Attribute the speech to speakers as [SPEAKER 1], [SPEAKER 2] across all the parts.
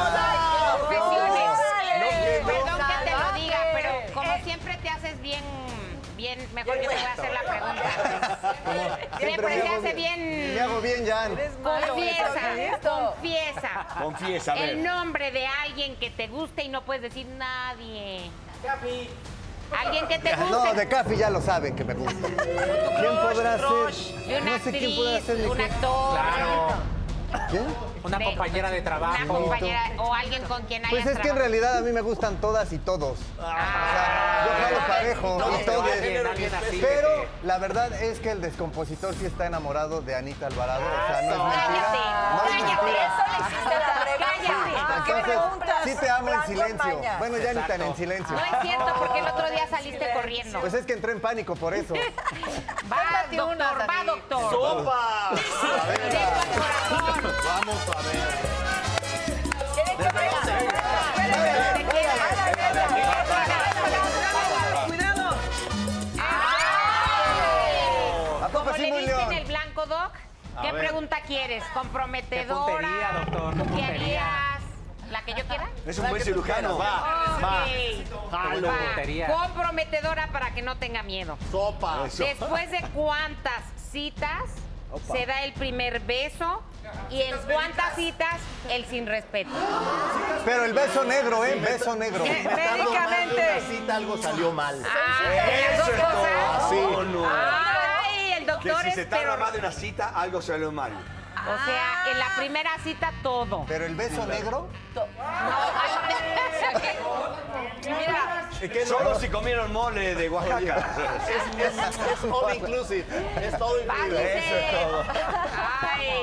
[SPEAKER 1] ¡Hola!
[SPEAKER 2] Confesiones.
[SPEAKER 1] ¡Órale!
[SPEAKER 2] Eh,
[SPEAKER 1] No,
[SPEAKER 2] Perdón
[SPEAKER 1] no,
[SPEAKER 2] que te lo
[SPEAKER 1] salvaje.
[SPEAKER 2] diga, pero
[SPEAKER 3] Eh.
[SPEAKER 2] como siempre te haces bien, bien, mejor yo te voy a hacer la pregunta. Siempre te
[SPEAKER 3] me hago
[SPEAKER 2] hace
[SPEAKER 3] bien.
[SPEAKER 2] bien.
[SPEAKER 3] Me hago bien, Jan.
[SPEAKER 2] Confiesa, confiesa.
[SPEAKER 1] Confiesa, a ver.
[SPEAKER 2] El nombre de alguien que te guste y no puedes decir nadie. Alguien que te guste.
[SPEAKER 3] Ah, No, de Café ya lo saben que me gusta. ¿Quién podrá
[SPEAKER 2] Y
[SPEAKER 3] ser?
[SPEAKER 2] una
[SPEAKER 3] No sé quién podrá
[SPEAKER 2] actriz,
[SPEAKER 3] ser. mi
[SPEAKER 2] un
[SPEAKER 3] crush.
[SPEAKER 2] actor.
[SPEAKER 1] Claro.
[SPEAKER 3] ¿Quién?
[SPEAKER 1] Una
[SPEAKER 2] De-
[SPEAKER 1] compañera de
[SPEAKER 2] Una
[SPEAKER 1] trabajo.
[SPEAKER 2] compañera o alguien con quien hayas
[SPEAKER 3] Pues es que en
[SPEAKER 2] trabajado.
[SPEAKER 3] realidad a mí me gustan todas y todos. O sea,
[SPEAKER 2] Ah.
[SPEAKER 3] yo jalo parejo
[SPEAKER 1] No,
[SPEAKER 3] y
[SPEAKER 1] pero
[SPEAKER 3] todos.
[SPEAKER 1] alguien, alguien así.
[SPEAKER 3] Pero la verdad es que el descompositor sí está enamorado de Anita Alvarado. O sea, no es
[SPEAKER 2] Cállate,
[SPEAKER 3] mentira. No es
[SPEAKER 2] cállate.
[SPEAKER 3] mentira.
[SPEAKER 4] Eso le hiciste a la pregunta.
[SPEAKER 2] Cállate.
[SPEAKER 4] ¿Qué
[SPEAKER 3] Entonces,
[SPEAKER 4] preguntas?
[SPEAKER 3] sí te amo en
[SPEAKER 4] Blanco
[SPEAKER 3] silencio.
[SPEAKER 4] Maña.
[SPEAKER 3] Bueno, ya ni tan en silencio.
[SPEAKER 2] No es cierto porque el otro día saliste corriendo.
[SPEAKER 3] Pues es que entré en pánico por eso.
[SPEAKER 2] Va, doctor, va, doctor.
[SPEAKER 1] ¡Sopa!
[SPEAKER 2] Directo al corazón.
[SPEAKER 4] ¿Qué le
[SPEAKER 2] Te queda.
[SPEAKER 4] Cuidado.
[SPEAKER 1] Ah.
[SPEAKER 3] ¿A poco
[SPEAKER 2] Como
[SPEAKER 3] sí,
[SPEAKER 2] le
[SPEAKER 3] muy
[SPEAKER 2] diste en
[SPEAKER 3] león?
[SPEAKER 2] el blanco, Doc, ¿qué pregunta quieres?
[SPEAKER 1] Pues ¡Qué puntería,
[SPEAKER 2] ¿Comprometedora?
[SPEAKER 1] doctor! ¡Qué
[SPEAKER 2] ¿Qué
[SPEAKER 1] puntería!
[SPEAKER 2] harías? ¿La que yo quiera?
[SPEAKER 5] Es un buen cirujano.
[SPEAKER 2] Ok.
[SPEAKER 5] Ah,
[SPEAKER 1] Jalo.
[SPEAKER 2] Va.
[SPEAKER 1] Puntería.
[SPEAKER 2] Comprometedora para que no tenga miedo.
[SPEAKER 5] Sopa.
[SPEAKER 2] Después de cuántas citas se da el primer beso y en cuántas citas el sin respeto.
[SPEAKER 3] Pero el beso negro, ¿eh? Beso negro.
[SPEAKER 4] Médicamente.
[SPEAKER 5] cita algo salió mal.
[SPEAKER 2] ¿Las dos cosas?
[SPEAKER 5] Ah, Sí.
[SPEAKER 2] Ay, el
[SPEAKER 5] Oh, Que
[SPEAKER 2] doctor
[SPEAKER 5] si
[SPEAKER 2] es
[SPEAKER 5] se tarda
[SPEAKER 2] peor.
[SPEAKER 5] más de una cita, algo salió mal.
[SPEAKER 2] O sea, en
[SPEAKER 1] Ah.
[SPEAKER 2] la primera cita todo.
[SPEAKER 3] Pero el beso negro.
[SPEAKER 2] Mira,
[SPEAKER 5] Solo si comieron mole de Oaxaca.
[SPEAKER 2] va, dice. Ay.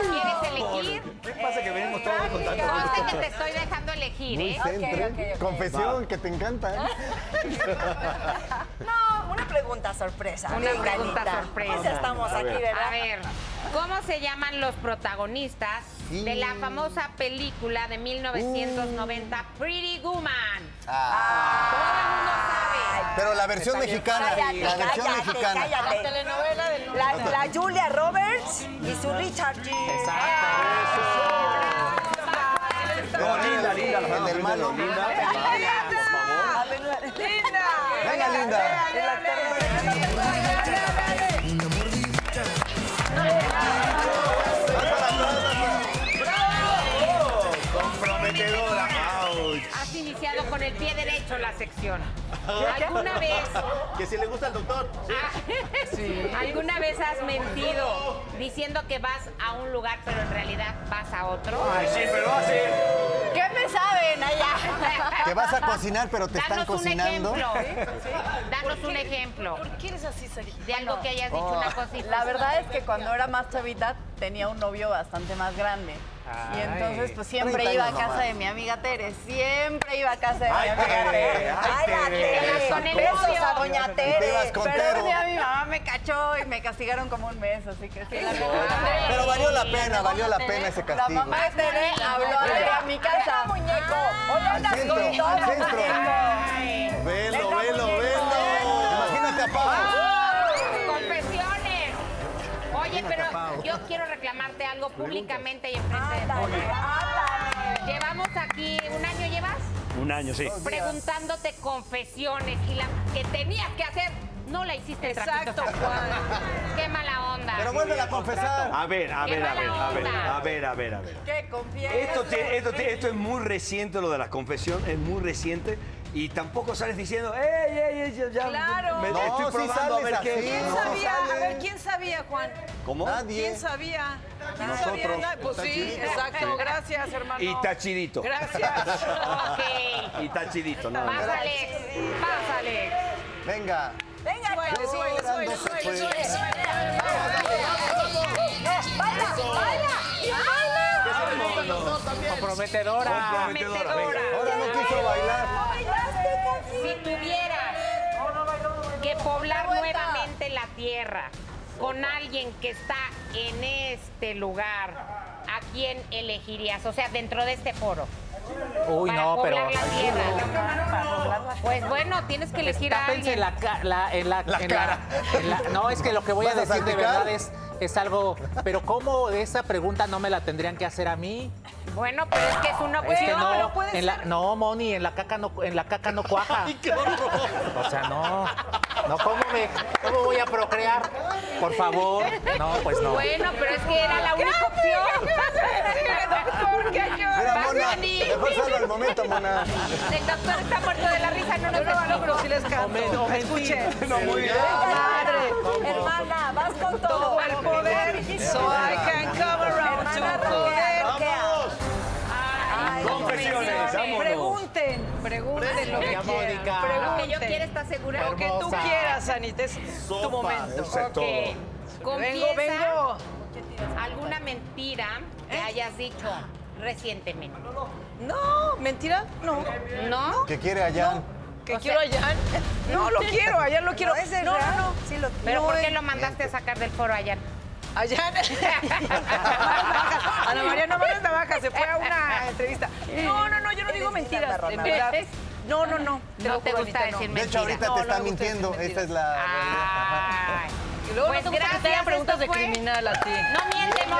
[SPEAKER 2] ¿Quieres elegir?
[SPEAKER 5] ¿Qué pasa que venimos todos contando?
[SPEAKER 2] Conste que te estoy dejando elegir,
[SPEAKER 3] Muy
[SPEAKER 2] ¿eh?
[SPEAKER 3] centro,
[SPEAKER 4] ok,
[SPEAKER 3] ¿eh?
[SPEAKER 4] ok.
[SPEAKER 3] Confesión que te encanta. ¿eh?
[SPEAKER 4] No, una pregunta sorpresa.
[SPEAKER 2] Una
[SPEAKER 4] Venga,
[SPEAKER 2] pregunta
[SPEAKER 4] Anita.
[SPEAKER 2] sorpresa.
[SPEAKER 4] Pues ya estamos aquí, ¿verdad?
[SPEAKER 2] A ver, ¿cómo se llaman los protagonistas de la famosa película de 1990, Pretty Woman?
[SPEAKER 3] Pero la versión mexicana.
[SPEAKER 4] Cállate,
[SPEAKER 3] La versión
[SPEAKER 4] cállate,
[SPEAKER 3] mexicana.
[SPEAKER 4] cállate. La telenovela del la, Julia Roberts y su Richard G.
[SPEAKER 3] Pero
[SPEAKER 5] Linda, linda, la
[SPEAKER 3] El
[SPEAKER 5] famosa
[SPEAKER 3] hermano.
[SPEAKER 5] Linda, Linda, por favor.
[SPEAKER 3] Venga, linda.
[SPEAKER 5] Prometedora. Ouch.
[SPEAKER 2] Has iniciado con el pie derecho la sección. ¿Alguna vez,
[SPEAKER 5] Que si le gusta al doctor.
[SPEAKER 2] ¿alguna vez has mentido diciendo que vas a un lugar pero en realidad vas a otro?
[SPEAKER 5] Ay, sí, pero así.
[SPEAKER 4] ¿Qué me saben allá?
[SPEAKER 3] Que vas a cocinar, pero te están
[SPEAKER 2] Danos un
[SPEAKER 3] cocinando.
[SPEAKER 2] ejemplo. Danos un ejemplo
[SPEAKER 6] ¿Por qué eres así, Sari?
[SPEAKER 2] de algo que hayas dicho
[SPEAKER 3] Ah,
[SPEAKER 2] una cosita.
[SPEAKER 6] La verdad es que cuando era más chavita tenía un novio bastante más grande. Y entonces, pues siempre
[SPEAKER 3] 30
[SPEAKER 6] iba a
[SPEAKER 3] años
[SPEAKER 6] casa
[SPEAKER 3] nomás.
[SPEAKER 6] de mi amiga Tere. Siempre iba a casa de mi
[SPEAKER 5] Ay,
[SPEAKER 6] amiga
[SPEAKER 5] Tere.
[SPEAKER 6] Tere.
[SPEAKER 5] Ay,
[SPEAKER 2] Tere.
[SPEAKER 5] Tere.
[SPEAKER 2] Con el
[SPEAKER 4] Besos
[SPEAKER 2] novio.
[SPEAKER 4] a Doña
[SPEAKER 3] Y te ibas
[SPEAKER 4] Tere.
[SPEAKER 3] con
[SPEAKER 6] Pero
[SPEAKER 3] Tero.
[SPEAKER 6] un día mi mamá me cachó y me castigaron como un mes, así que sí, la verdad.
[SPEAKER 3] Pero valió la pena, valió la pena ese
[SPEAKER 6] La
[SPEAKER 3] castigo.
[SPEAKER 6] mamá de Tere habló a Tere a mi casa. Ah.
[SPEAKER 4] Hola, muñeco. Hola,
[SPEAKER 3] Al
[SPEAKER 4] una
[SPEAKER 3] centro,
[SPEAKER 4] gorda.
[SPEAKER 3] al centro.
[SPEAKER 5] Velo, velo, velo.
[SPEAKER 3] Imagínate a
[SPEAKER 2] Ah.
[SPEAKER 3] Pau.
[SPEAKER 2] Confesiones. Oye, pero yo quiero reclamarte algo públicamente y enfrente de todos.
[SPEAKER 4] Ándale, ándale.
[SPEAKER 2] Llevamos aquí un año llevas
[SPEAKER 7] Un año, sí.
[SPEAKER 2] preguntándote confesiones y la que tenías que hacer no la hiciste.
[SPEAKER 4] Exacto,
[SPEAKER 2] trapito sucio. Qué mala onda.
[SPEAKER 3] Pero vuélvela a confesar.
[SPEAKER 5] A ver, a ver, a ver, a ver, a ver, a ver, a ver.
[SPEAKER 6] Que confiesa.
[SPEAKER 5] Esto, te- esto, te- esto es muy reciente, lo de la confesión, es muy reciente. Y tampoco sales diciendo, ¡ey, ey, ey! Ya, ya
[SPEAKER 4] Claro.
[SPEAKER 5] me
[SPEAKER 3] No,
[SPEAKER 5] estoy
[SPEAKER 3] sí
[SPEAKER 5] probando a
[SPEAKER 3] sales
[SPEAKER 5] ver qué.
[SPEAKER 3] así.
[SPEAKER 4] ¿Quién
[SPEAKER 3] No,
[SPEAKER 4] sabía? A
[SPEAKER 3] sale.
[SPEAKER 4] ver, ¿quién sabía, Juan?
[SPEAKER 5] ¿Cómo?
[SPEAKER 3] Nadie.
[SPEAKER 4] ¿Quién sabía? ¿Quién sabía?
[SPEAKER 5] Nosotros.
[SPEAKER 4] nada? Pues
[SPEAKER 5] Está
[SPEAKER 4] sí,
[SPEAKER 5] chidito.
[SPEAKER 4] exacto.
[SPEAKER 5] Sí.
[SPEAKER 4] Gracias, hermano.
[SPEAKER 5] Y tachidito.
[SPEAKER 4] Gracias.
[SPEAKER 2] Ok.
[SPEAKER 5] Y tachidito, no, no.
[SPEAKER 2] Pásale, pásale.
[SPEAKER 3] Venga.
[SPEAKER 4] Venga, suele, suele, suele, suele,
[SPEAKER 3] Pues.
[SPEAKER 4] suele, suele. No, Baila, baila, baila.
[SPEAKER 1] Comprometedora.
[SPEAKER 5] Comprometedora, venga.
[SPEAKER 3] Ahora no quiso bailar.
[SPEAKER 2] Si tuvieras que poblar nuevamente la tierra con alguien que está en este lugar, ¿a quién elegirías? O sea, dentro de este foro.
[SPEAKER 1] Uy,
[SPEAKER 2] para
[SPEAKER 1] no, pero.
[SPEAKER 2] poblar la tierra.
[SPEAKER 6] Para
[SPEAKER 2] Pues bueno, tienes que elegir a
[SPEAKER 1] Tápense
[SPEAKER 2] alguien.
[SPEAKER 1] la, ca- la- en la, en la- en la- No, es que lo que voy a
[SPEAKER 3] ¿Vas a
[SPEAKER 1] decir de
[SPEAKER 3] salpicar?
[SPEAKER 1] verdad es, es algo. Pero, ¿cómo de esa pregunta no me la tendrían que hacer a mí?
[SPEAKER 2] Bueno, pero es que es una
[SPEAKER 1] Es que
[SPEAKER 2] opción.
[SPEAKER 1] Este, no,
[SPEAKER 2] no puede
[SPEAKER 1] en la, no, Moni, en la caca no, en la caca no cuaja. O sea, no, no, ¿cómo me, cómo voy a procrear? Por favor, no, pues no.
[SPEAKER 2] Bueno, pero es que era la única opción.
[SPEAKER 3] Mira,
[SPEAKER 2] Vas,
[SPEAKER 3] Mona,
[SPEAKER 2] Moni.
[SPEAKER 3] mejor salva el momento, Mona.
[SPEAKER 2] El doctor está muerto de la risa, no nos explico.
[SPEAKER 1] O men- o mentir.
[SPEAKER 5] No, muy bien.
[SPEAKER 4] Hermana, vas con todo. el poder. So I can cover up to poder.
[SPEAKER 5] Confesiones, vámonos.
[SPEAKER 7] Pregunten, pregunten lo que
[SPEAKER 1] Doña
[SPEAKER 7] quieran.
[SPEAKER 1] Mónica.
[SPEAKER 2] Lo que
[SPEAKER 7] Pregunten.
[SPEAKER 2] yo quiero está segura.
[SPEAKER 7] Lo que tú
[SPEAKER 1] Hermosa.
[SPEAKER 7] quieras, Anita, es tu momento.
[SPEAKER 5] Exacto.
[SPEAKER 2] Confiesa
[SPEAKER 7] Vengo, vengo. ¿Eh?
[SPEAKER 2] alguna mentira que hayas dicho recientemente.
[SPEAKER 7] No, mentira, no.
[SPEAKER 2] ¿No?
[SPEAKER 3] Que quiere a Jan.
[SPEAKER 7] Que
[SPEAKER 2] O
[SPEAKER 7] quiero
[SPEAKER 2] sea-
[SPEAKER 7] allá. No, lo quiero, ayer lo quiero.
[SPEAKER 4] ¿Es el
[SPEAKER 7] no,
[SPEAKER 4] real?
[SPEAKER 7] no, no.
[SPEAKER 4] Sí, lo
[SPEAKER 2] ¿Pero
[SPEAKER 7] No,
[SPEAKER 2] por qué
[SPEAKER 7] eh.
[SPEAKER 2] lo mandaste a sacar del foro allá?
[SPEAKER 7] Allá. Ana María no malas navajas, se fue a una entrevista. No, no, no, yo no digo mentiras, en verdad. No, no, no.
[SPEAKER 2] No
[SPEAKER 7] lo
[SPEAKER 2] te
[SPEAKER 7] juro,
[SPEAKER 2] gusta
[SPEAKER 7] Anita, no.
[SPEAKER 2] decir
[SPEAKER 3] De hecho,
[SPEAKER 2] Mentira.
[SPEAKER 3] ahorita
[SPEAKER 7] No,
[SPEAKER 3] te
[SPEAKER 7] no
[SPEAKER 3] está
[SPEAKER 7] me gusta decir
[SPEAKER 3] mintiendo. Esta
[SPEAKER 7] mentiras.
[SPEAKER 3] es la realidad. Ajá.
[SPEAKER 2] Ay.
[SPEAKER 7] Y luego
[SPEAKER 3] Ah.
[SPEAKER 2] Pues
[SPEAKER 7] no te gusta que te
[SPEAKER 2] gracias,
[SPEAKER 7] hagan preguntas
[SPEAKER 2] esto
[SPEAKER 7] de
[SPEAKER 2] fue-
[SPEAKER 7] criminal a ti.
[SPEAKER 2] No miente, Moni.